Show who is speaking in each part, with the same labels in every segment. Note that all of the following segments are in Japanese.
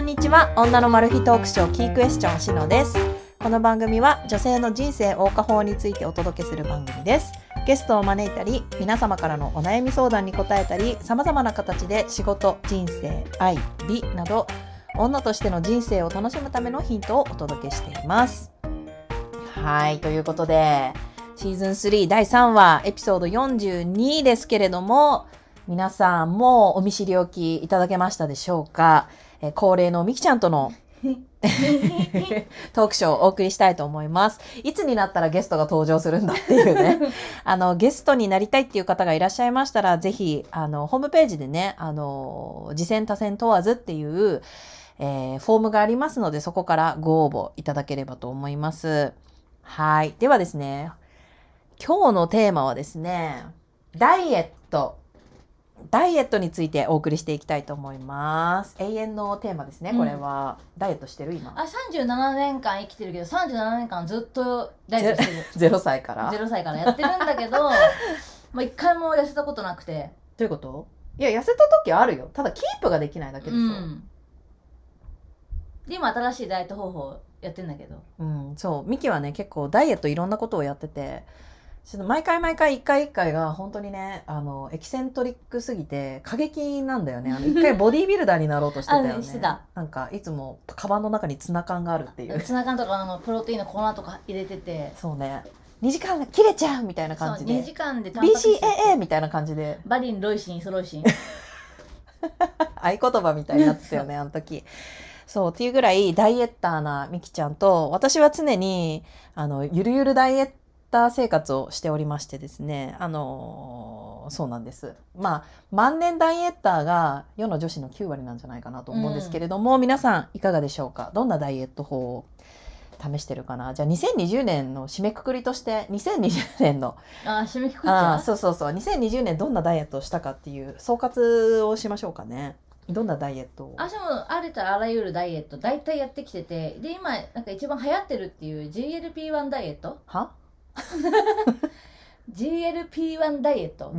Speaker 1: んにちは女のマル秘トークショーキークエスチョンしのですこの番組は女性の人生謳歌法についてお届けする番組ですゲストを招いたり皆様からのお悩み相談に答えたりさまざまな形で仕事人生愛美など女としての人生を楽しむためのヒントをお届けしていますはいということでシーズン3第3話エピソード42ですけれども皆さんもうお見知りおきいただけましたでしょうか、えー恒例のみきちゃんとの トークショーをお送りしたいと思います。いつになったらゲストが登場するんだっていうね。あの、ゲストになりたいっていう方がいらっしゃいましたら、ぜひ、あの、ホームページでね、あの、次戦多戦問わずっていう、えーフォームがありますので、そこからご応募いただければと思います。はい。ではですね、今日のテーマはですね、ダイエット。ダイエットについてお送りしていきたいと思います。永遠のテーマですね、これは。ダイエットしてる今。
Speaker 2: あ37年間生きてるけど37年間ずっとダイエットして る
Speaker 1: 0歳から。
Speaker 2: 0歳からやってるんだけ どまあ一回も痩せたことなくて
Speaker 1: どういうこといや痩せた時はあるよただキープができないだけで
Speaker 2: う
Speaker 1: すよ、
Speaker 2: んで今新しいダイエット方法やってんだけど
Speaker 1: うんそうミキはね結構ダイエットいろんなことをやっててちょっと毎回毎回一回一回が本当にねあのエキセントリックすぎて過激なんだよねあの一 回ボディービルダーになろうとしてたよ
Speaker 2: あ
Speaker 1: ね
Speaker 2: してた
Speaker 1: なんかいつもカバンの中にツナ缶があるっていう
Speaker 2: ツナ缶とかあのプロテインの粉とか入れてて
Speaker 1: そうね2時間が切れちゃうみたいな感じ
Speaker 2: そう2
Speaker 1: で
Speaker 2: 時間でタンパク質
Speaker 1: BCAA みたいな感じで
Speaker 2: バリンロイシンイソロイシン
Speaker 1: 合言葉みたいになってた よねあの時。そうっていうぐらいダイエッターなみきちゃんと私は常にあのゆるゆるダイエッター生活をしておりましてですねあのそうなんですまあ万年ダイエッターが世の女子の9割なんじゃないかなと思うんですけれども、皆さんいかがでしょうかどんなダイエット法を試してるかなじゃあ2020年の締めくくりとして2020年の
Speaker 2: あー締めくくっち
Speaker 1: ああ
Speaker 2: ゃ
Speaker 1: そうそうそう2020年どんなダイエットをしたかっていう総括をしましょうかねどんなダイエットを
Speaker 2: う私もあれとあらゆるダイエット大体やってきててで今なんか一番流行ってるっていう GLP-1 ダイエット
Speaker 1: は
Speaker 2: GLP-1 ダイエット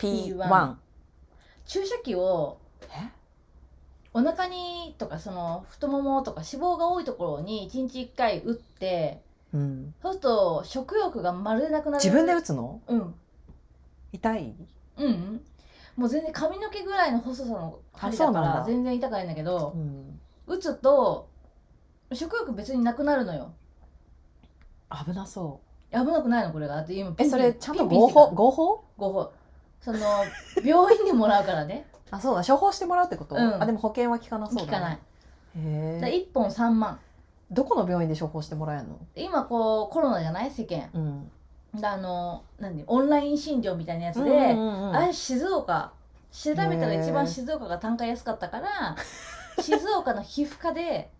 Speaker 1: GLP1
Speaker 2: 注射器を
Speaker 1: え
Speaker 2: お腹にとかその太ももとか脂肪が多いところに1日1回打って
Speaker 1: うん
Speaker 2: そうすると食欲がまるでなくなる
Speaker 1: 自分で打
Speaker 2: つ
Speaker 1: つの
Speaker 2: うんうん
Speaker 1: 痛い
Speaker 2: うんもう全然髪の毛ぐらいの細さの針
Speaker 1: あそ
Speaker 2: だ
Speaker 1: う
Speaker 2: か
Speaker 1: なんだ
Speaker 2: ら全然痛くないんだけど
Speaker 1: ん
Speaker 2: 打つと食欲別になくなるのよ
Speaker 1: 危なそう
Speaker 2: 危なくないのこれがだって今
Speaker 1: えそれちゃんと合
Speaker 2: 合
Speaker 1: 法
Speaker 2: 法
Speaker 1: 合法
Speaker 2: 合法その病院でもらうからね
Speaker 1: あそうだ処方してもらうってこと、
Speaker 2: うん
Speaker 1: あでも保険は効かな そうだ、ね、
Speaker 2: 効かないだから
Speaker 1: へえ
Speaker 2: 1本3万
Speaker 1: どこの病院で処方してもらえるの
Speaker 2: 今こうコロナじゃない世間
Speaker 1: うん
Speaker 2: であの何オンライン診療みたいなやつで、
Speaker 1: うんうんうん
Speaker 2: あれ静岡調べたら一
Speaker 1: へー
Speaker 2: 番静岡が単価安かったから 静岡の皮膚科で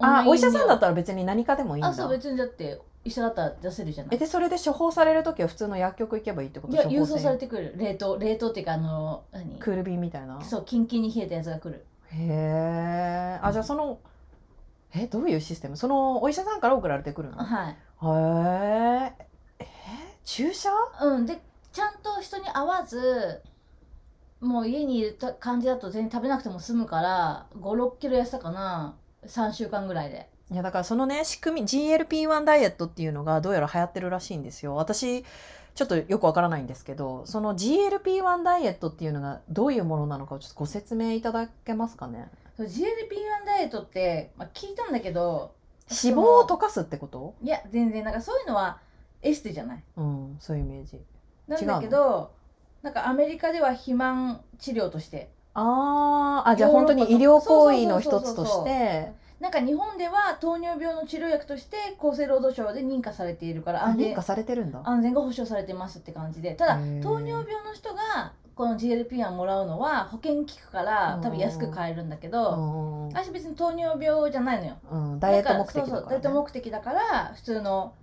Speaker 1: あお医者さんだったたら別に何かでもいいんだ
Speaker 2: あそう別にだって医者だったら出せるじゃな
Speaker 1: え
Speaker 2: い
Speaker 1: でそれで処方される時は普通の薬局行けばいいってこと
Speaker 2: いや
Speaker 1: 処方
Speaker 2: 郵送
Speaker 1: 箋
Speaker 2: されてくる冷凍冷凍っていうかあの何
Speaker 1: クール便みたいな
Speaker 2: そうキンキンに冷えたやつが来る
Speaker 1: へえあじゃあそのえどういうシステムそのお医者さんから送られてくるのへ
Speaker 2: はい
Speaker 1: ええ注射
Speaker 2: うんでちゃんと人に会わずもう家にいる感じだと全然食べなくても済むから56キロ痩せたかな3週間ぐらいで
Speaker 1: いやだからそのね仕組み GLP-1 ダイエットっていうのがどうやら流行ってるらしいんですよ私ちょっとよくわからないんですけどその GLP-1 ダイエットっていうのがどういうものなのかをちょっとご説明いただけますかね
Speaker 2: そう GLP-1 ダイエットって、まあ、聞いたんだけど
Speaker 1: 脂肪を溶かすってこと
Speaker 2: いや全然なんかそういうのはエステじゃない
Speaker 1: うんそういうイメージ
Speaker 2: なんだけどなんかアメリカでは肥満治療として
Speaker 1: あーあじゃあ
Speaker 2: ヨー
Speaker 1: 本
Speaker 2: ロッ
Speaker 1: 当
Speaker 2: パ
Speaker 1: に
Speaker 2: と
Speaker 1: 医療行為の一つ
Speaker 2: そ
Speaker 1: と
Speaker 2: うそ
Speaker 1: し
Speaker 2: うそうそうそう
Speaker 1: て
Speaker 2: なんか日本では糖尿病の治療薬として厚生労働省で認可されているから
Speaker 1: あ
Speaker 2: 安
Speaker 1: 認
Speaker 2: 全
Speaker 1: 可されてるんだ
Speaker 2: 安全が保障されてますって感じでただ
Speaker 1: へー
Speaker 2: 糖尿病の人がこの GLP-1 をもらうのは保険効くから多分安く買えるんだけ
Speaker 1: う
Speaker 2: ど
Speaker 1: んうんうん
Speaker 2: 私別に糖尿病じゃないのよ
Speaker 1: うん、ダイエット目的だ
Speaker 2: なんそ
Speaker 1: か
Speaker 2: うそうダイエ
Speaker 1: ら、
Speaker 2: ット
Speaker 1: ね。
Speaker 2: 目的だから普通の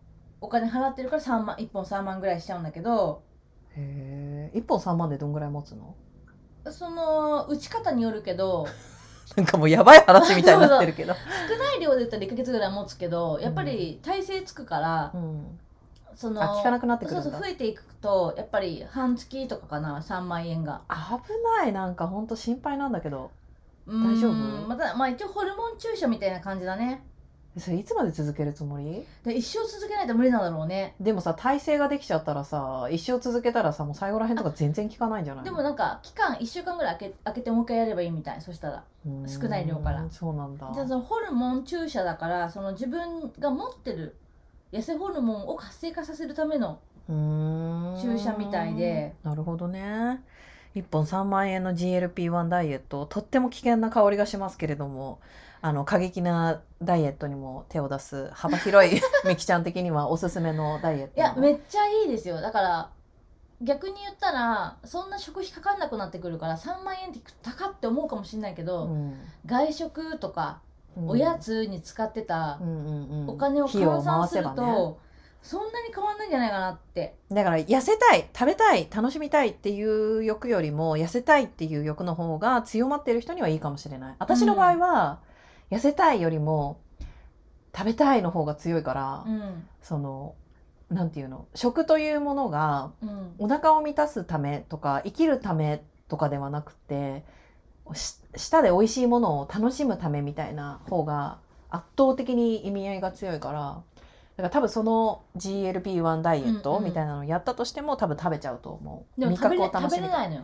Speaker 2: お金払ってるから三万1本3万ぐらいしちゃうんだけど
Speaker 1: へえ、一本三万でどんぐらい持つの？
Speaker 2: その打ち方によるけど
Speaker 1: なんかもうやばい話みたいになってる けど。
Speaker 2: 少ない量で打ったら1ヶ月ぐらい持つけどやっぱり体勢つくから、
Speaker 1: うん。
Speaker 2: その
Speaker 1: あ、効かなくなってく
Speaker 2: そ
Speaker 1: る
Speaker 2: うんそう
Speaker 1: だ
Speaker 2: 増。えていくとやっぱり半月とかかな3万円が
Speaker 1: 危ないなんか本当心配なんだけど。大丈夫
Speaker 2: うんまた、まあ、一応ホルモン注射みたいな感じだね
Speaker 1: それいつまで続けるつもり
Speaker 2: で一生続けないと無理なんだろうね
Speaker 1: でもさ体勢ができちゃったらさ一生続けたらさもう最後らへんとか全然効かないんじゃない
Speaker 2: でもなんか期間1週間ぐらい空け空けてもう一回やればいいみたいそしたら
Speaker 1: うん
Speaker 2: 少ない量から
Speaker 1: そうなんだ
Speaker 2: じゃあそのホルモン注射だからその自分が持ってる痩せホルモンを活性化させるための
Speaker 1: うーん
Speaker 2: 注射みたいで
Speaker 1: なるほどね1本3万円の GLP-1 ダイエットとっても危険な香りがしますけれどもあの過激なダイエットにも手を出す幅広 いみきちゃん的にはおすすめのダイエット
Speaker 2: いやめっちゃいいですよだから逆に言ったらそんな食費かかんなくなってくるから3万円って高って思うかもしれないけ
Speaker 1: う
Speaker 2: ど、
Speaker 1: ん
Speaker 2: 外食とか
Speaker 1: うん
Speaker 2: おやつに使ってた
Speaker 1: うんうんうん
Speaker 2: お金を
Speaker 1: 費用
Speaker 2: 換算する
Speaker 1: 回せばね
Speaker 2: とそんなに変わんないんじゃないかなって
Speaker 1: だから痩せたい食べたい楽しみたいっていう欲よりも痩せたいっていう欲の方が強まってる人にはいいかもしれない私の場合は、痩せたいよりも食べたいの方が強いから、
Speaker 2: うん
Speaker 1: そのなんていうの食というものが
Speaker 2: うん
Speaker 1: お腹を満たすためとか生きるためとかではなくてし舌で美味しいものを楽しむためみたいな方が圧倒的に意味合いが強いからだから多分その GLP-1 ダイエッ
Speaker 2: うん
Speaker 1: ト
Speaker 2: うん
Speaker 1: みたいなのをやったとしても多分食べちゃうと思う
Speaker 2: でも食べれ
Speaker 1: 楽
Speaker 2: 食べれ
Speaker 1: い
Speaker 2: ないのよ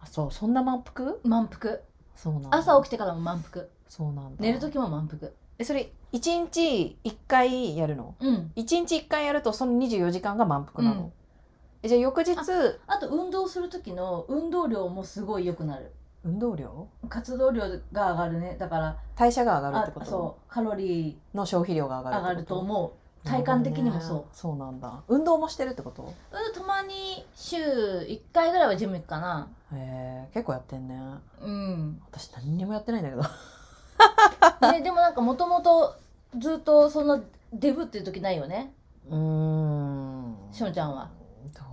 Speaker 1: あそうそんな満腹
Speaker 2: 満腹
Speaker 1: そうなんだ
Speaker 2: 朝起きてからも満腹
Speaker 1: そうなんだ
Speaker 2: 寝る時も満腹
Speaker 1: えそれ1日1回やるの
Speaker 2: うん
Speaker 1: 1日1回やるとその24時間が満腹なの、
Speaker 2: うん
Speaker 1: えじゃあ翌日
Speaker 2: あと運動する時の運動量もすごい良くなる
Speaker 1: 運動量
Speaker 2: 活動量が上がるねだから
Speaker 1: 代謝が上がるっ
Speaker 2: あ
Speaker 1: てこと
Speaker 2: そうカロリ
Speaker 1: の消費量が上
Speaker 2: ー
Speaker 1: がる
Speaker 2: 上が
Speaker 1: っ
Speaker 2: る
Speaker 1: てこと
Speaker 2: 思う体感的にも
Speaker 1: なるほど
Speaker 2: そ
Speaker 1: ねそうなんだ運動もしてるってこと
Speaker 2: う、うん、たまに週1回ぐらいはジム行くかな
Speaker 1: へえ結構やってんね
Speaker 2: うん
Speaker 1: 私何にもやってないんだけど
Speaker 2: ね、でもなんかもともとずっとそんなデブっていう時ないよね
Speaker 1: うーん
Speaker 2: しょんちゃんは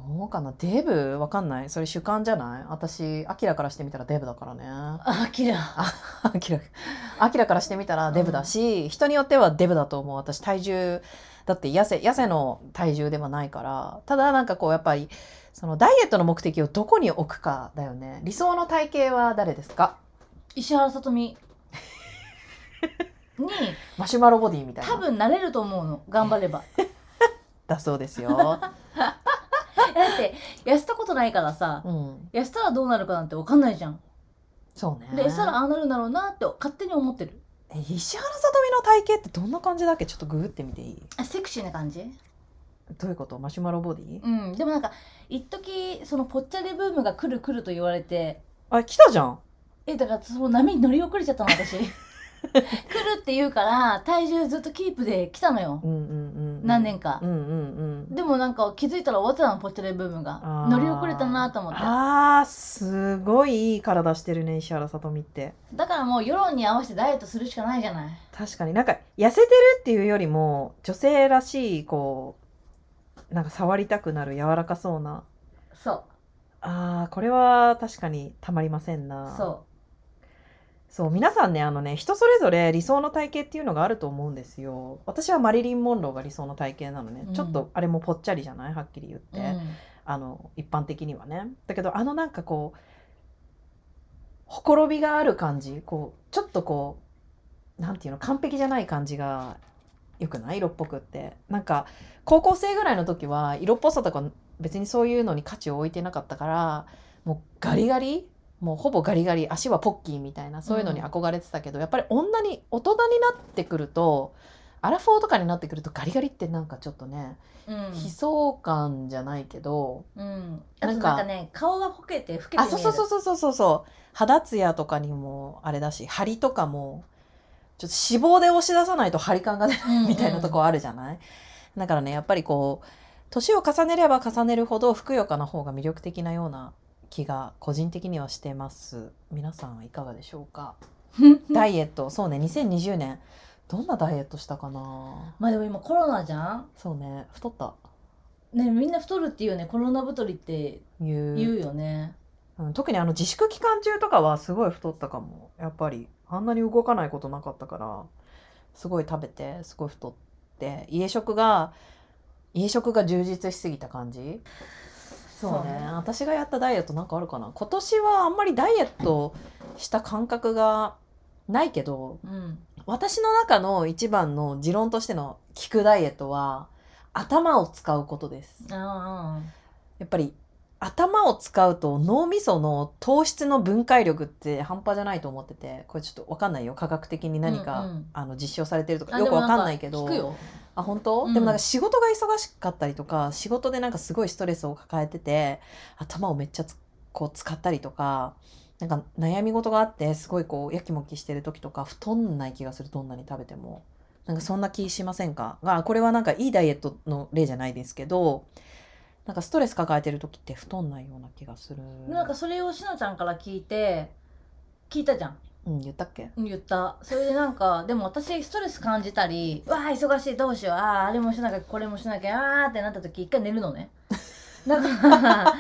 Speaker 1: どうかなデブわかんないそれ主観じゃない私アキラからしてみたらデブだからね
Speaker 2: あきら
Speaker 1: アキラアキラからしてみたらデブだし、人によってはデブだと思う私体重だって痩せ痩せの体重ではないからただなんかこうやっぱりそのダイエットの目的をどこに置くかだよね理想の体型は誰ですか
Speaker 2: 石原さ とみに
Speaker 1: マシュマロボディみたい
Speaker 2: 多
Speaker 1: な
Speaker 2: 分なれると思うの頑張れば
Speaker 1: だそうです よ。
Speaker 2: だって痩せたことないからさ
Speaker 1: うん、
Speaker 2: 痩せたらどうなるかなんて分かんないじゃん
Speaker 1: そうね。
Speaker 2: で痩せたらああなるんだろうなって勝手に思ってる
Speaker 1: え石原さとみの体型ってどんな感じだっけちょっとググってみていい
Speaker 2: あセクシーな感じ
Speaker 1: どういうことマシュマロボディ、
Speaker 2: うんでもなんか一時そのぽっちゃりブームが来る来ると言われて
Speaker 1: あ来たじゃん
Speaker 2: えだからその波に乗り遅れちゃったの 私来るって言うから体重ずっとキープで来たのよ
Speaker 1: うんうんうんうん
Speaker 2: 何年か
Speaker 1: うんうんうん
Speaker 2: でもなんか気づいたら終わってたのポッチャレブームが
Speaker 1: あー
Speaker 2: 乗り遅れたなと思って
Speaker 1: あーすごいいい体してるね石原さとみって
Speaker 2: だからもう世論に合わせてダイエットするしかないじゃない
Speaker 1: 確かになんか痩せてるっていうよりも女性らしいこうなんか触りたくなる柔らかそうな
Speaker 2: そ
Speaker 1: あーこれは確かにたまりません
Speaker 2: う
Speaker 1: な
Speaker 2: そ
Speaker 1: そう皆さんねあのね人それぞれ理想の体型っていうのがあると思うんですよ私はマリリン・モンローが理想の体型なのね、
Speaker 2: うん
Speaker 1: ちょっとあれもぽっちゃりじゃないはっきり言っ
Speaker 2: う、
Speaker 1: て、
Speaker 2: うん、
Speaker 1: あの一般的にはねだけどあのなんかこうほころびがある感じこうちょっとこうなんていうの完璧じゃない感じがよくない色っぽくってなんか高校生ぐらいの時は色っぽさとか別にそういうのに価値を置いてなかったからもうガリガリもうほぼガリガリ足はポッキーみたいなそういうのに憧れてたけど、やっぱり女に大人になってくるとアラフォーとかになってくるとガリガリってなんかちょっとね、
Speaker 2: うん
Speaker 1: 悲壮感じゃないけど
Speaker 2: うん、あ
Speaker 1: な
Speaker 2: と
Speaker 1: んか
Speaker 2: なんかね顔がほけて老けて見
Speaker 1: あ
Speaker 2: え
Speaker 1: そ
Speaker 2: る
Speaker 1: うそうそうそうそうそうそう肌ツヤとかにもあれだし張りとかもちょっと脂肪で押し出さないと張り感が出ない
Speaker 2: うんうん
Speaker 1: みたいなとこあるじゃない、だからねやっぱりこう年を重ねれば重ねるほどふくよかな方が魅力的なような気が個人的にはしてます皆さんはいかがでしょう かダイエットそうね2020年どんなダイエットしたかな
Speaker 2: まあでも今コロナじゃん
Speaker 1: そうね太った
Speaker 2: ねみんな太るっていうねコロナ太りって
Speaker 1: いう
Speaker 2: 言うよね、
Speaker 1: うん、特にあの自粛期間中とかはすごい太ったかもやっぱりあんなに動かないことなかったからすごい食べてすごい太って家食が家食が充実しすぎた感じそうね私がやったダイエットなんかあるかな今年はあんまりダイエットした感覚がないけど
Speaker 2: そうねうん
Speaker 1: 私の中の一番の持論としての効くダイエットは頭を使うことです
Speaker 2: あ
Speaker 1: やっぱり頭を使うと脳みその糖質の分解力って半端じゃないと思っててこれちょっとわかんないよ科学的に
Speaker 2: あ
Speaker 1: 何か、
Speaker 2: うんうん
Speaker 1: あの実証されてるとか
Speaker 2: あ
Speaker 1: よくわか
Speaker 2: でも
Speaker 1: んないけど
Speaker 2: 聞くよ
Speaker 1: あ本当、
Speaker 2: うん
Speaker 1: でもなんか仕事が忙しかったりとか仕事でなんかすごいストレスを抱えてて頭をめっちゃつこう使ったりとかなんか悩み事があってすごいこうやきもきしてる時とか太んない気がするどんなに食べてもなんかそんな気しませんかがこれはなんかいいダイエットの例じゃないですけどなんかストレス抱えてる時って太んないような気がする
Speaker 2: なんかそれをしのちゃんから聞いて聞いたじゃん
Speaker 1: うん言ったっけ
Speaker 2: 言ったそれでなんか でも私ストレス感じたりわあ忙しいどうしようあああれもしなきゃこれもしなきゃあーってなった時一回寝るのね だから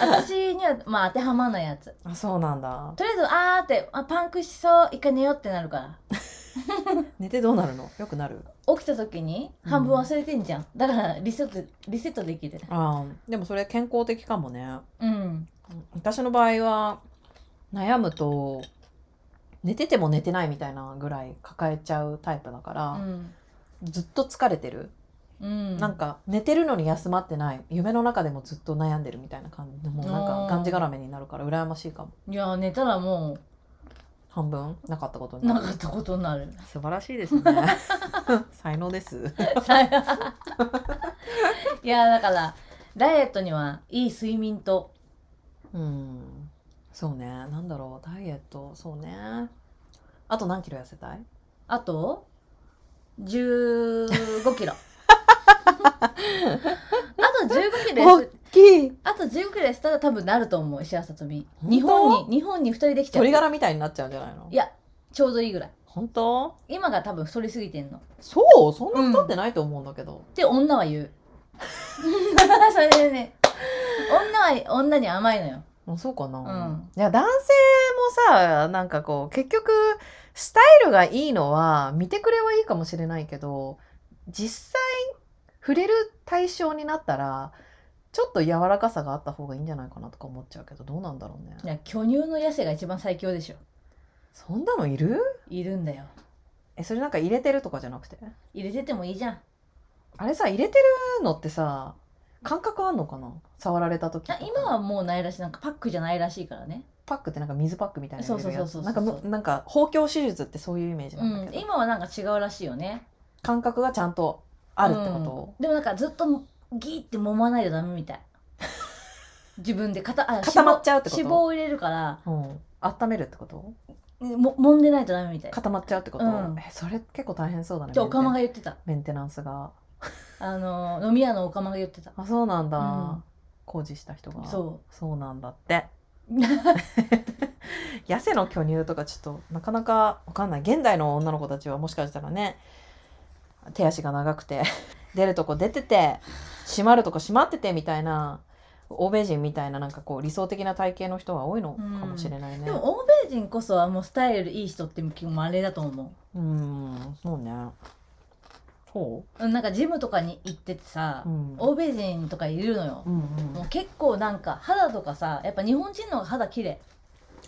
Speaker 2: 私にはまあ当てはまんないやつ
Speaker 1: あそうなんだ
Speaker 2: とりあえずあーってあパンクしそう一回寝ようってなるから
Speaker 1: 寝てどうなるのよくなる
Speaker 2: 起きた時に半分忘れてんじゃん、だからリセットリセットできる
Speaker 1: あーでもそれ健康的かもね
Speaker 2: うん
Speaker 1: 私の場合は悩むと寝てても寝てないみたいなぐらい抱えちゃうタイプだか
Speaker 2: う
Speaker 1: ら、
Speaker 2: ん
Speaker 1: ずっと疲れてる、
Speaker 2: うん
Speaker 1: なんか寝てるのに休まってない夢の中でもずっと悩んでるみたいな感じでもうなん
Speaker 2: あ
Speaker 1: か
Speaker 2: ー
Speaker 1: がんじがらめになるから羨ましいかも
Speaker 2: いや寝たらも
Speaker 1: 半分なかったこと
Speaker 2: う
Speaker 1: に
Speaker 2: な
Speaker 1: なる
Speaker 2: かったことになる
Speaker 1: 素晴らしいですね才能です
Speaker 2: いやだからダイエットにはいい睡眠と
Speaker 1: うんそうねなんだろうダイエットそうねあと何キロ痩せたい
Speaker 2: あと15キロ あと15キロ
Speaker 1: お
Speaker 2: です
Speaker 1: きい
Speaker 2: あと15キロしたら多分なると思う石原さとみ
Speaker 1: 本当
Speaker 2: 日本に日本に2人できちゃう
Speaker 1: 鳥柄みたいになっちゃうんじゃないの
Speaker 2: いやちょうどいいぐらい
Speaker 1: 本当
Speaker 2: 今が多分太りすぎてんのっ
Speaker 1: そうそんな太ってないと思うんだけど、
Speaker 2: て女は言 うそれでね女は女に甘いのよ
Speaker 1: あそうかな、
Speaker 2: うん
Speaker 1: いや男性もさなんかこう結局スタイルがいいのは見てくれはいいかもしれないけど実際触れる対象になったらちょっと柔らかさがあった方がいいんじゃないかなとか思っちゃうけどどうなんだろうね
Speaker 2: いや巨乳の痩せが一番最強でしょ
Speaker 1: そんなのいる
Speaker 2: いるんだよ
Speaker 1: えそれなんか入れてるとかじゃなくて
Speaker 2: 入れててもいいじゃん
Speaker 1: あれさ入れてるのってさ感覚あんのかな触られた時と
Speaker 2: あ
Speaker 1: か
Speaker 2: 今はもうないらしいなんかパックじゃないらしいからね
Speaker 1: パックってなんか水パックみたいなの入れるやつ
Speaker 2: そうそう
Speaker 1: な
Speaker 2: そうそ
Speaker 1: ん
Speaker 2: う
Speaker 1: か
Speaker 2: そう
Speaker 1: むなんか包協手術ってそういうイメージな
Speaker 2: うん
Speaker 1: だけど、
Speaker 2: ん今はなんか違うらしいよね
Speaker 1: 感覚がちゃんとあるってこと、
Speaker 2: うんでもなんかずっとギーって揉まないとダメ みたい自分で固あ
Speaker 1: 固まっちゃうってこと
Speaker 2: 脂肪脂肪を入れるから
Speaker 1: うん温めるってこと
Speaker 2: も揉んでないとダメみたい
Speaker 1: 固まっちゃうってこと、
Speaker 2: うん
Speaker 1: えそれ結構大変そうだね
Speaker 2: じゃおかまが
Speaker 1: メンテ
Speaker 2: 言ってた
Speaker 1: メンテナンスが
Speaker 2: あの飲み屋のおかまが言ってた
Speaker 1: あそうなんだ、
Speaker 2: うん
Speaker 1: 工事した人が
Speaker 2: そ
Speaker 1: そうなんだって
Speaker 2: う
Speaker 1: 痩せの巨乳とかちょっとなかなかわかんない現代の女の子たちはもしかしたらね手足が長くて 出るとこ出てて閉まるとこ閉まっててみたいな欧米人みたいななんかこう理想的な体型の人が多いのかもしれないね。
Speaker 2: でも欧米人こそはもうスタイルいい人って気もあれだと思
Speaker 1: うーん、そうね。そう
Speaker 2: うんなんかジムとかに行っててさ、
Speaker 1: う。うん。
Speaker 2: 欧米人とかいるのよ
Speaker 1: う、んうん
Speaker 2: もう結構なんか肌とかさやっぱ日本人の方が肌綺麗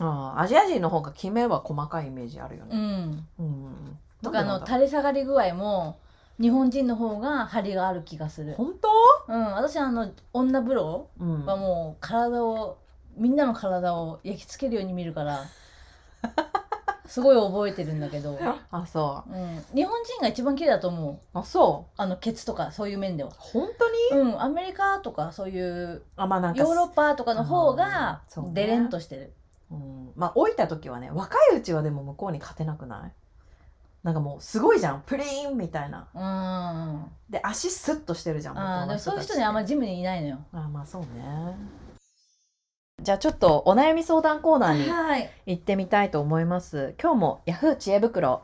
Speaker 1: ああ、アジア人の方がキメは細かいイメージあるよ
Speaker 2: う
Speaker 1: ね。
Speaker 2: ん
Speaker 1: うんうん。
Speaker 2: とかあ
Speaker 1: なん
Speaker 2: の
Speaker 1: でなんだ
Speaker 2: 垂れ下がり具合も日本人の方が張りがある気がする、
Speaker 1: 本当？
Speaker 2: うん、私あの女風呂
Speaker 1: うん。
Speaker 2: はもう体をみんなの体を焼き付けるように見るから すごい覚えてるんだけど、うん、
Speaker 1: あ、そ
Speaker 2: 日本人が一番綺麗だと思う
Speaker 1: う。あ、そう。
Speaker 2: あのケツとかそういう面では、
Speaker 1: 本当に？
Speaker 2: うん、アメリカとかそういう
Speaker 1: あ、まあなんか。
Speaker 2: ヨーロッパとかの方が
Speaker 1: あーそうね
Speaker 2: デレンとしてる、
Speaker 1: うん。まあ老いた時はね、若いうちはでも向こうに勝てなくない？なんかもうすごいじゃん、プリーンみたいな。
Speaker 2: うんあ
Speaker 1: で足スッとしてるじゃん。向こ
Speaker 2: ー
Speaker 1: の
Speaker 2: でもそういう
Speaker 1: たち
Speaker 2: 人にあんまりジムにいないのよ
Speaker 1: あ、まあそうね。じゃあちょっとお悩み相談コーナーに
Speaker 2: はい
Speaker 1: 行ってみたいと思います今日もヤフー知恵袋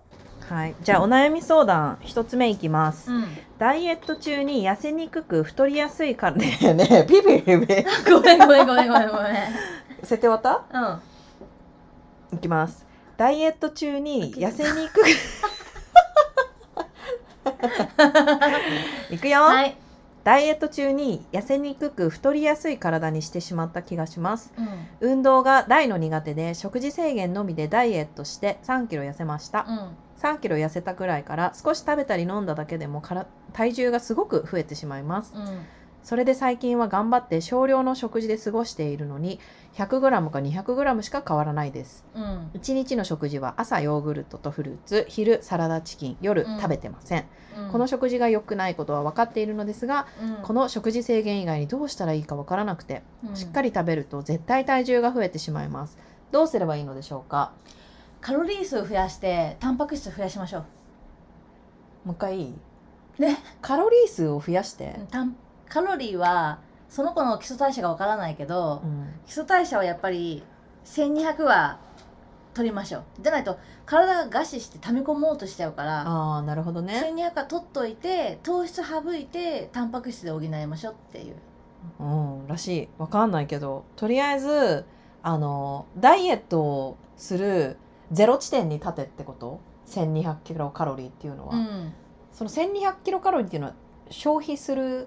Speaker 1: はいじゃあお悩み相談一つ目いきます、
Speaker 2: うん
Speaker 1: ダイエット中に痩せにくく太りやすいかねえねえピピピ ピ
Speaker 2: ごめんごめんごめんごめんごめん。
Speaker 1: 設定終わった
Speaker 2: うん。
Speaker 1: いきますダイエット中に痩せ にくくいくよ、
Speaker 2: はい。
Speaker 1: い、ダイエット中に痩せにくく太りやすい体にしてしまった気がします
Speaker 2: うん
Speaker 1: 運動が大の苦手で食事制限のみでダイエットして3キロ痩せました、
Speaker 2: うん
Speaker 1: 3キロ痩せたくらいから少し食べたり飲んだだけでもから体重がすごく増えてしまいます
Speaker 2: うん
Speaker 1: それで最近は頑張って少量の食事で過ごしているのに 100g か 200g しか変わらないです
Speaker 2: うん
Speaker 1: 1日の食事は朝ヨーグルトとフルーツ昼サラダチキン夜
Speaker 2: うん
Speaker 1: 食べてません、
Speaker 2: うん
Speaker 1: この食事が良くないことは分かっているのですが、
Speaker 2: うん
Speaker 1: この食事制限以外にどうしたらいいか分からなくて
Speaker 2: うん
Speaker 1: しっかり食べると絶対体重が増えてしまいますどうすればいいのでしょうか
Speaker 2: カロリー数増やしてタンパク質増やしましょう
Speaker 1: もう一回いい
Speaker 2: ね
Speaker 1: カロリー数を増やして、
Speaker 2: タンカロリーはその子の基礎代謝がわからないけど、
Speaker 1: うん
Speaker 2: 基礎代謝はやっぱり1200は取りましょうじゃないと体が餓死して溜め込もうとしちゃうから
Speaker 1: ああなるほどね、
Speaker 2: 1200は取っといて糖質省いてタンパク質で補いましょうっていう
Speaker 1: うん、らしいわかんないけどとりあえずあのダイエットをするゼロ地点に立てってこと1200キロカロリーっていうのは、
Speaker 2: うん
Speaker 1: その1200キロカロリーっていうのは消費する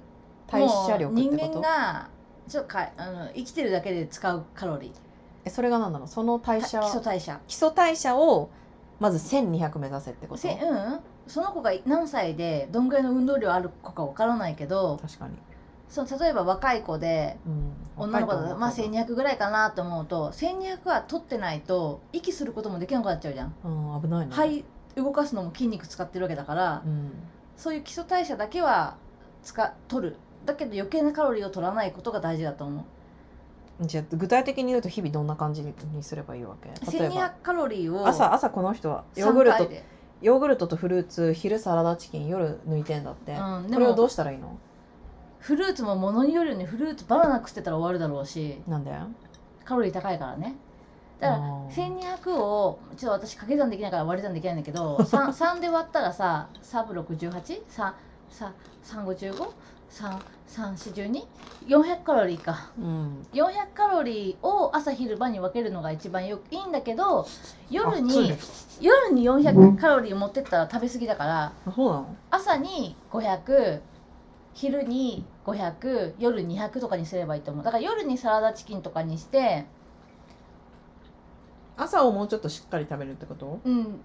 Speaker 1: 代謝力って
Speaker 2: もう
Speaker 1: こ
Speaker 2: 人間
Speaker 1: と
Speaker 2: がちょっとかあの生きてるだけで使うカロリー
Speaker 1: えそれが何なのその代
Speaker 2: た基
Speaker 1: 謝は
Speaker 2: 礎代謝
Speaker 1: 基礎代謝をまず1200目指せってこと
Speaker 2: せうんその子が何歳でどんぐらいの運動量ある子かわからないけど
Speaker 1: 確かに、
Speaker 2: その例えば若い子で
Speaker 1: うん、
Speaker 2: 女の子だ
Speaker 1: 若い思
Speaker 2: と
Speaker 1: う
Speaker 2: まあ1200ぐらいかなと思うと1200は取ってないと息することもできなくなっちゃうじゃん、
Speaker 1: うん、危ないね、
Speaker 2: 肺動かすのも筋肉使ってるわけだから、
Speaker 1: うん、
Speaker 2: そういう基礎代謝だけは使取るだけど余計なカロリーを取らないことが大事だと思う
Speaker 1: じゃあ具体的に言うと日々どんな感じにすればいいわけ例えば
Speaker 2: 1200カロリーを
Speaker 1: 朝朝この人はヨーグ
Speaker 2: 3
Speaker 1: ル
Speaker 2: 回
Speaker 1: ト
Speaker 2: で、
Speaker 1: ヨーグルトとフルーツ昼サラダチキン夜抜いてんだって、
Speaker 2: うん、で
Speaker 1: これをどう
Speaker 2: も
Speaker 1: したらいいの
Speaker 2: フルーツも物によるよねフルーツバナナ食ってたら終わるだろうし
Speaker 1: なんで
Speaker 2: カロリー高いからねだから
Speaker 1: あー
Speaker 2: 1200をちょっと私掛け算できないから割り算できないんだ けど 3, 3で割ったらさサブ6833515334240カロリーか
Speaker 1: うん
Speaker 2: 400カロリーを朝昼晩に分けるのが一番よいいんだけど夜
Speaker 1: あそう
Speaker 2: に
Speaker 1: ね
Speaker 2: 夜に400カロリー持ってったら食べ過ぎだから
Speaker 1: あそうなの
Speaker 2: 朝に500昼に500夜200とかにすればいいと思うだから夜にサラダチキンとかにして
Speaker 1: 朝をもうちょっとしっかり食べるってこと
Speaker 2: うん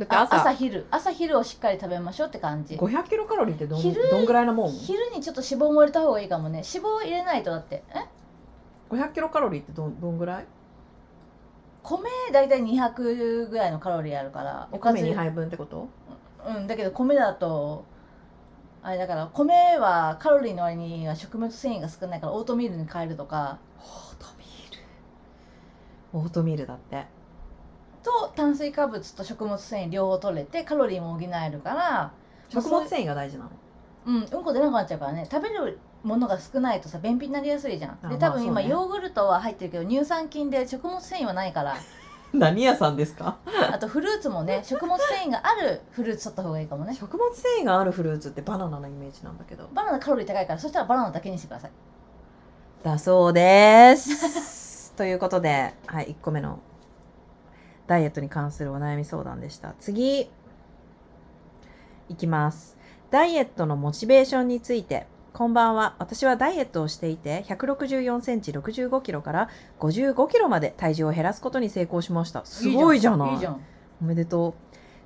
Speaker 1: だって
Speaker 2: あ
Speaker 1: 朝
Speaker 2: 朝昼朝昼をしっかり食べましょうって感じ
Speaker 1: 500キロカロリーってどん
Speaker 2: 昼
Speaker 1: どんぐらいのもん
Speaker 2: 昼にちょっと脂肪も入れた方がいいかもね脂肪を入れないとだってえ
Speaker 1: 500キロカロリーってどんどんぐらい
Speaker 2: 米大体200ぐらいのカロリーあるからお
Speaker 1: お
Speaker 2: か
Speaker 1: 米
Speaker 2: ず
Speaker 1: 2杯分ってこと
Speaker 2: うんだけど米だとあれだから米はカロリーの割には食物繊維が少ないからオートミールに変えるとか
Speaker 1: オートミールオートミールだって
Speaker 2: と炭水化物と食物繊維両方取れてカロリーも補えるから
Speaker 1: 食物繊維が大事なの
Speaker 2: うん、うんこ出なくなっちゃうからね食べるものが少ないとさ便秘になりやすいじゃ
Speaker 1: あ
Speaker 2: んで
Speaker 1: まあ
Speaker 2: 多分
Speaker 1: そう
Speaker 2: 今、
Speaker 1: ね
Speaker 2: ヨーグルトは入ってるけど乳酸菌で食物繊維はないから
Speaker 1: 何屋さんですか
Speaker 2: あとフルーツもね食物繊維があるフルーツ取った方がいいかもね
Speaker 1: 食物繊維があるフルーツってバナナのイメージなんだけど
Speaker 2: バナナカロリー高いからそしたらバナナだけにしてください
Speaker 1: だそうですということで、 はい、1個目のダイエットに関するお悩み相談でした次いきますダイエットのモチベーションについてこんばんは私はダイエットをしていて1 6 4センチ6 5キロから5 5キロまで体重を減らすことに成功しましたすごいじゃない
Speaker 2: いいじゃん
Speaker 1: おめでとう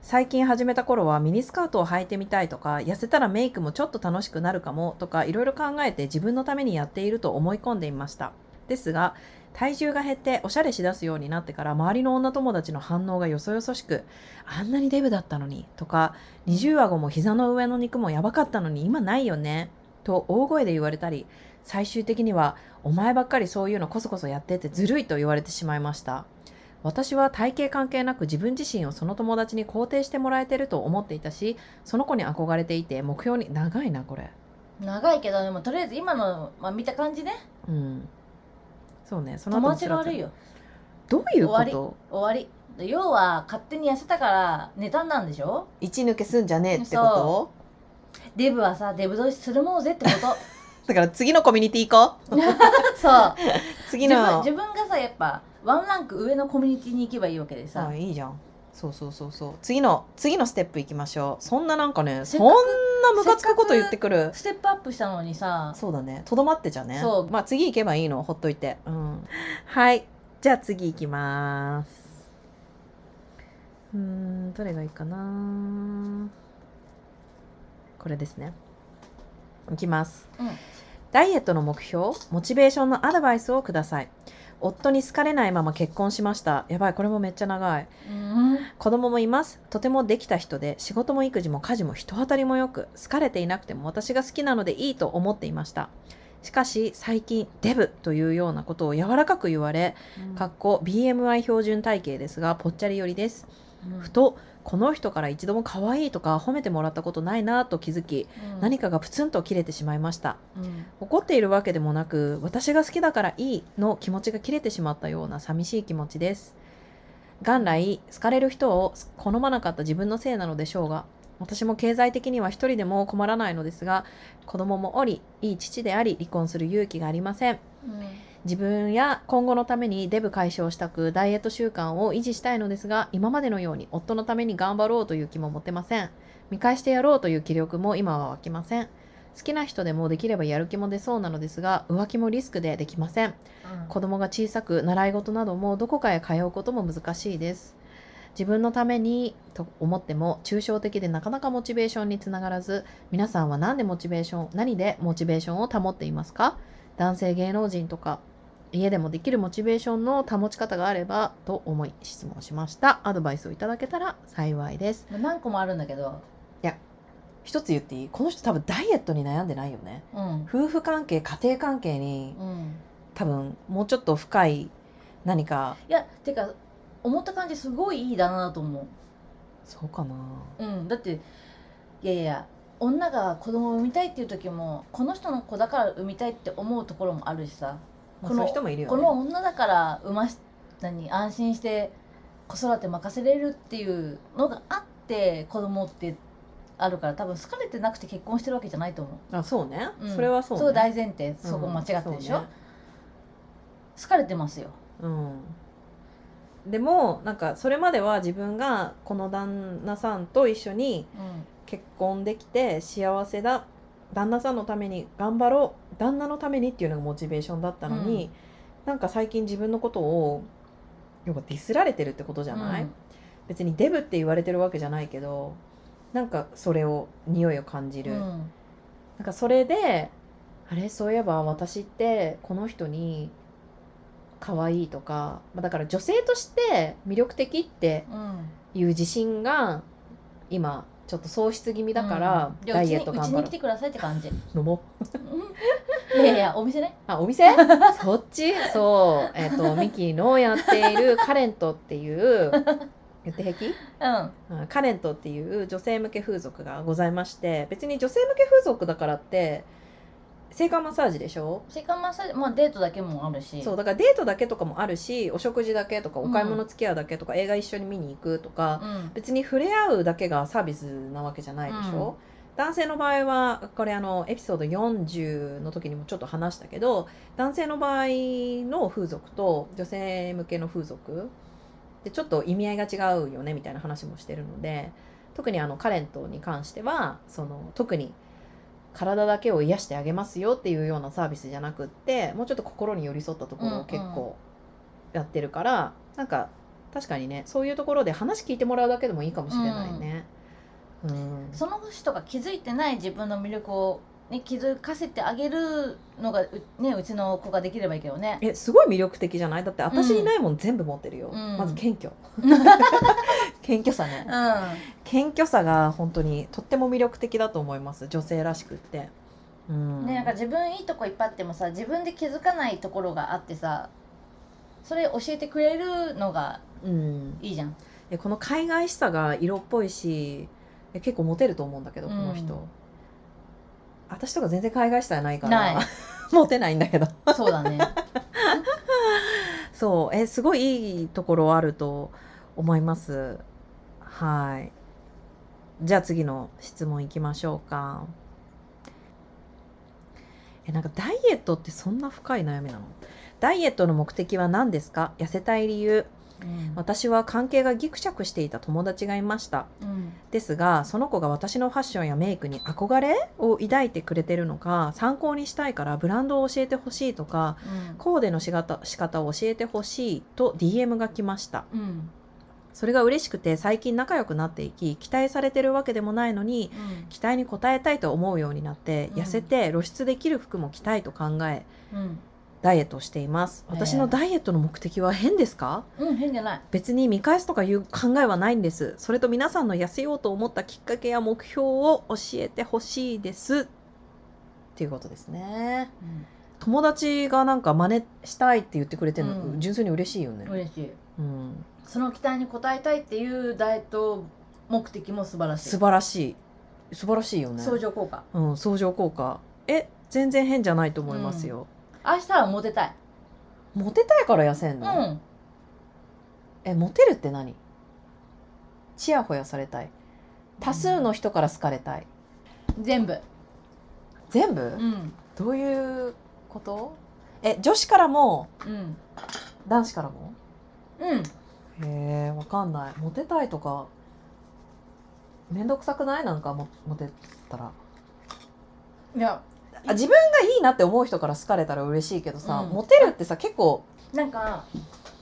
Speaker 1: 最近始めた頃はミニスカートを履いてみたいとか痩せたらメイクもちょっと楽しくなるかもとかいろいろ考えて自分のためにやっていると思い込んでいましたですが体重が減っておしゃれしだすようになってから周りの女友達の反応がよそよそしく「あんなにデブだったのに」とか「二重顎も膝の上の肉もやばかったのに今ないよね」と大声で言われたり最終的には「お前ばっかりそういうのこそこそやっててずるい」と言われてしまいました私は体型関係なく自分自身をその友達に肯定してもらえてると思っていたしその子に憧れていて目標に長いなこれ
Speaker 2: 長いけどでもとりあえず今の、まあ、見た感じね
Speaker 1: うんそうねその後
Speaker 2: 友
Speaker 1: も
Speaker 2: 達が悪い
Speaker 1: ちら
Speaker 2: よ
Speaker 1: つらどういうこ
Speaker 2: 終
Speaker 1: と
Speaker 2: 終わり要は勝手に痩せたから妬んだんでしょ
Speaker 1: 一抜けすんじゃねえってこ
Speaker 2: そデブはさデブ同士するもうぜってこと
Speaker 1: とだから次のコミュニティ行こう
Speaker 2: そう
Speaker 1: 次
Speaker 2: 自
Speaker 1: の
Speaker 2: 分自分がさやっぱワンランク上のコミュニティに行けばいいわけでさ、
Speaker 1: あいいじゃんそうそうそうそう次の次のステップ行きましょうそんななんかね
Speaker 2: せっ
Speaker 1: そ
Speaker 2: かく
Speaker 1: んなムカつくこと言ってくる
Speaker 2: ステップアップしたのにさ
Speaker 1: そうだねとどまってじゃね
Speaker 2: そう
Speaker 1: まあ次行けばいいのほっといて うんはいじゃあ次行きますうーんどれがいいかなこれですねいきます
Speaker 2: うん
Speaker 1: ダイエットの目標モチベーションのアドバイスをください夫に好かれないまま結婚しましたやばいこれもめっちゃ長い
Speaker 2: うん
Speaker 1: 子供もいますとてもできた人で仕事も育児も家事も人当たりもよく好かれていなくても私が好きなのでいいと思っていましたしかし最近デブというようなことを柔らかく言われかっこ BMI 標準体型ですがぽっちゃり寄りです
Speaker 2: うん
Speaker 1: ふとこの人から一度も可愛いとか褒めてもらったことないなと気づき
Speaker 2: うん
Speaker 1: 何かがプツンと切れてしまいました
Speaker 2: うん
Speaker 1: 怒っているわけでもなく私が好きだからいいの気持ちが切れてしまったような寂しい気持ちです元来好かれる人を好まなかった自分のせいなのでしょうが私も経済的には一人でも困らないのですが子供もおりいい父であり離婚する勇気がありません
Speaker 2: うん
Speaker 1: 自分や今後のためにデブ解消したくダイエット習慣を維持したいのですが今までのように夫のために頑張ろうという気も持てません見返してやろうという気力も今は湧きません好きな人でもできればやる気も出そうなのですが浮気もリスクでできません子供が小さく習い事などもどこかへ通うことも難しいです自分のためにと思っても抽象的でなかなかモチベーションにつながらず皆さんは何でモチベーション何でモチベーションを保っていますか男性芸能人とか家でもできるモチベーションの保ち方があればと思い質問しましたアドバイスをいただけたら幸いです
Speaker 2: うん何個もあるんだけど
Speaker 1: 一つ言っていいこの人多分ダイエットに悩んでないよね
Speaker 2: うん
Speaker 1: 夫婦関係家庭関係に
Speaker 2: うん
Speaker 1: 多分もうちょっと深い何か
Speaker 2: いやてか思った感じすごいいいだなと思
Speaker 1: そうかな
Speaker 2: ううんだっていやいや女が子供を産みたいっていう時もこの人の子だから産みたいって思うところもあるしさ
Speaker 1: まあ
Speaker 2: この
Speaker 1: そういう人もいるよね
Speaker 2: この女だから産まし何安心して子育て任せれるっていうのがあって子供ってあるから多分好かれてなくて結婚してるわけじゃないと思
Speaker 1: あそうね、
Speaker 2: う、うん
Speaker 1: それはそう、ね、
Speaker 2: 大前提
Speaker 1: うん
Speaker 2: そこ間違ってるでしょ、
Speaker 1: そうね
Speaker 2: 好かれてますよ
Speaker 1: うんでもなんかそれまでは自分がこの旦那さんと一緒に
Speaker 2: うん
Speaker 1: 結婚できて幸せだ旦那さんのために頑張ろう旦那のためにっていうのがモチベーションだったのに、なんか最近自分のことを要はディスられてるってことじゃない、
Speaker 2: うん
Speaker 1: 別にデブって言われてるわけじゃないけどなんかそれを匂いを感じる、
Speaker 2: うん
Speaker 1: なんかそれであれそういえば私ってこの人に可愛いとか、まあ、だから女性として魅力的って
Speaker 2: うん
Speaker 1: いう自信が今ちょっと喪失気味だから
Speaker 2: うんで
Speaker 1: ダイエット
Speaker 2: うち
Speaker 1: 頑
Speaker 2: にうち
Speaker 1: 張
Speaker 2: に
Speaker 1: ろ
Speaker 2: 来てくださいって感じ
Speaker 1: う飲もう
Speaker 2: うんいやい やお店ね
Speaker 1: あお 店そっちそうえっ、とミキのやっているカレントっていう言って平気
Speaker 2: うん
Speaker 1: うんカレントっていう女性向け風俗がございまして別に女性向け風俗だからって性感マッサージでしょ
Speaker 2: セカンマッサージまあデートだけもあるし
Speaker 1: そうだからデートだけとかもあるしお食事だけとかお買い物付き合うだけとか、映画一緒に見に行くとか、
Speaker 2: うん
Speaker 1: 別に触れ合うだけがサービスなわけじゃないでしょ、男性の場合はこれあのエピソード40の時にもちょっと話したけど男性の場合の風俗と女性向けの風俗でちょっと意味合いが違うよねみたいな話もしてるので特にあのカレントに関してはその特に体だけを癒してあげますよっていうようなサービスじゃなくってもうちょっと心に寄り添ったところを結構やってるから、なんか確かにねそういうところで話聞いてもらうだけでもいいかもしれないね。うん
Speaker 2: その人が気づいてない自分の魅力を、ね、気づかせてあげるのがう,、ね、うちの子ができればいいけどね。
Speaker 1: えすごい魅力的じゃないだって私にないもん全部持ってるよ、
Speaker 2: うん
Speaker 1: まず謙 虚謙虚さね
Speaker 2: う
Speaker 1: 謙虚さが本当にとっても魅力的だと思います女性らしくって、うん
Speaker 2: んね、なんか自分いいとこいっぱいあってもさ自分で気づかないところがあってさそれ教えてくれるのが
Speaker 1: うん、
Speaker 2: いいじゃん。
Speaker 1: えこの海外しさが色っぽいしえ結構モテると思うんだけどこの人、
Speaker 2: うん
Speaker 1: 私とか全然海外しさないから
Speaker 2: ない
Speaker 1: モテないんだけど
Speaker 2: そうだ ね。
Speaker 1: そうえすごいいいところあると思いますはいじゃあ次の質問いきましょうかえなんかダイエットってそんな深い悩みなのダイエットの目的は何ですか痩せたい理由
Speaker 2: うん
Speaker 1: 私は関係がギクシャクしていた友達がいました
Speaker 2: うん
Speaker 1: ですがその子が私のファッションやメイクに憧れを抱いてくれてるのか参考にしたいからブランドを教えてほしいとかコーデの仕方仕方を教えてほしいと DM が来ました
Speaker 2: うんうん
Speaker 1: それが嬉しくて最近仲良くなっていき期待されてるわけでもないのに期待に応えたいと思うようになって
Speaker 2: うん
Speaker 1: 痩せて露出できる服も着たいと考え
Speaker 2: うん
Speaker 1: ダイエットをしています
Speaker 2: ええ
Speaker 1: 私のダイエットの目的は変ですか
Speaker 2: うん変じゃない
Speaker 1: 別に見返すとかいう考えはないんですそれと皆さんの痩せようと思ったきっかけや目標を教えてほしいですっていうことですね友達がなんか真似したいって言ってくれてるの、
Speaker 2: うん
Speaker 1: 純粋に嬉しいよね、
Speaker 2: 嬉しい
Speaker 1: うん、
Speaker 2: その期待に応えたいっていうダイエット目的も素晴らしい
Speaker 1: 素晴らしい素晴らしいよね
Speaker 2: 相乗効果
Speaker 1: うん、相乗効果え全然変じゃないと思いますよ、
Speaker 2: 明日はモテたい
Speaker 1: モテたいから痩せん
Speaker 2: う
Speaker 1: の、
Speaker 2: ん
Speaker 1: えモテるって何チヤホヤされたい多数の人から好かれたい
Speaker 2: 全部
Speaker 1: 全部、
Speaker 2: うん
Speaker 1: どういうことえ女子からも
Speaker 2: うん
Speaker 1: 男子からも
Speaker 2: うん
Speaker 1: へえわかんないモテたいとか面倒くさくないなんかモモテたら
Speaker 2: いや
Speaker 1: あ自分がいいなって思う人から好かれたら嬉しいけどさ、
Speaker 2: うん
Speaker 1: モテるってさ結構
Speaker 2: なんか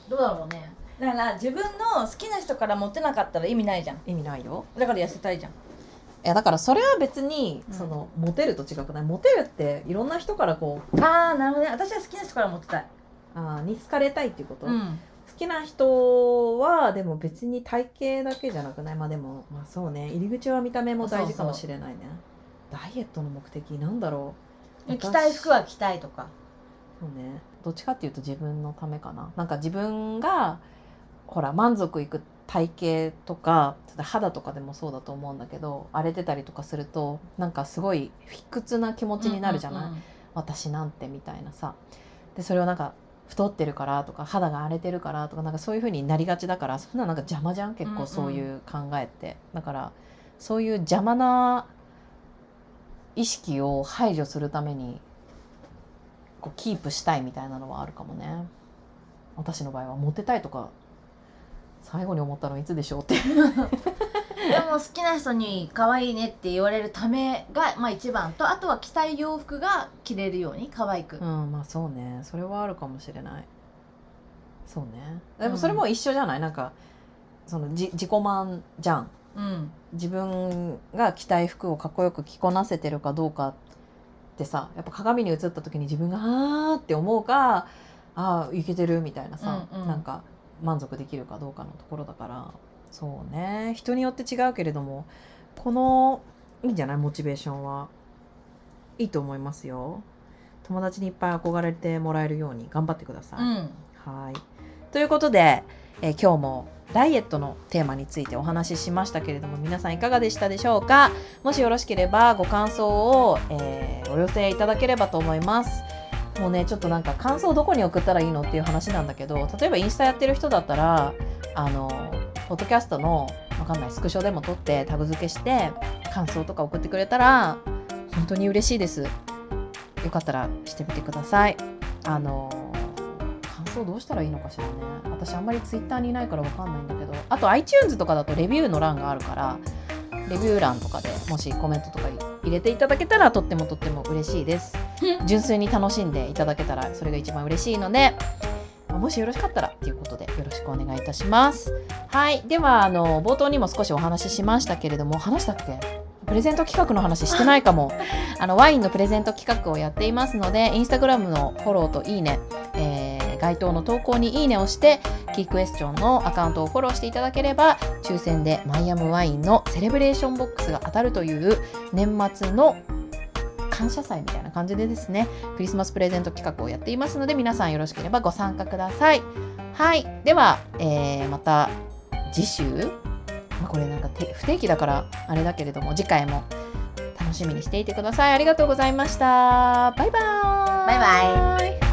Speaker 2: どうだろうねだから自分の好きな人からモテなかったら意味ないじゃん
Speaker 1: 意味ないよ
Speaker 2: だから痩せたいじゃん
Speaker 1: いやだからそれは別に、
Speaker 2: うん
Speaker 1: そのモテると違くないモテるっていろんな人からこう
Speaker 2: ああなるほどね私は好きな人からモテたい
Speaker 1: あーに好かれたいっていうこと、好
Speaker 2: ん
Speaker 1: きな人はでも別に体型だけじゃなくないまあでもまあそうね入り口は見た目も大事かもしれないねダイエットの目的なんだろう
Speaker 2: 着たい服は着たいとか
Speaker 1: そうねどっちかっていうと自分のためかななんか自分がほら満足いく体型とかちょっと肌とかでもそうだと思うんだけど荒れてたりとかするとなんかすごい卑屈な気持ちになるじゃない、
Speaker 2: うんうん
Speaker 1: 私なんてみたいなさでそれをなんか太ってるからとか肌が荒れてるからとかなんかそういう風になりがちだからそんななんか邪魔じゃん結
Speaker 2: うんう
Speaker 1: 構
Speaker 2: ん
Speaker 1: そういう考えって、だからそういう邪魔な意識を排除するためにこうキープしたいみたいなのはあるかもね私の場合はモテたいとか最後に思ったのいつでしょうって
Speaker 2: うんでも好きな人に可愛いねって言われるためが、まあ、一番とあとは着たい洋服が着れるように可愛く、
Speaker 1: うんまあそうねそれはあるかもしれないそうねでもそれも一緒じゃない、なんかそのじ自己満じゃん
Speaker 2: うん
Speaker 1: 自分が着たい服をかっこよく着こなせてるかどうかってさやっぱ鏡に映った時に自分が「あー」って思うか「あーいけてる」みたいなさ、
Speaker 2: うんうん
Speaker 1: なんか満足できるかどうかのところだからそうね人によって違うけれどもこのいいんじゃないモチベーションはいいと思いますよ。友達にいっぱい憧れてもらえるように頑張ってください。
Speaker 2: うん
Speaker 1: はい。ということで、えー今日もダイエットのテーマについてお話ししましたけれども皆さんいかがでしたでしょうかもしよろしければご感想を、えーお寄せいただければと思いますもうねちょっとなんか感想どこに送ったらいいのっていう話なんだけど例えばインスタやってる人だったらあのポッドキャストのわかんないスクショでも撮ってタグ付けして感想とか送ってくれたら本当に嬉しいですよかったらしてみてくださいあの感想どうしたらいいのかしらね私あんまりツイッターにいないからわかんないんだけどあと iTunes とかだとレビューの欄があるからレビュー欄とかでもしコメントとか入れていただけたらとってもとっても嬉しいです純粋に楽しんでいただけたらそれが一番嬉しいのでもしよろしかったらということでよろしくお願いいたしますはいではあの冒頭にも少しお話ししましたけれども話したっけプレゼント企画の話してないかもあのワインのプレゼント企画をやっていますのでインスタグラムのフォローといいね、えー該当の投稿にいいねをしてキークエスチョンのアカウントをフォローしていただければ抽選でマイアムワインのセレブレーションボックスが当たるという年末の感謝祭みたいな感じでですねクリスマスプレゼント企画をやっていますので皆さんよろしければご参加くださいはいでは、えーまた次週まあこれなんかて不定期だからあれだけれども次回も楽しみにしていてくださいありがとうございましたバイバーイ
Speaker 2: バイ
Speaker 1: イ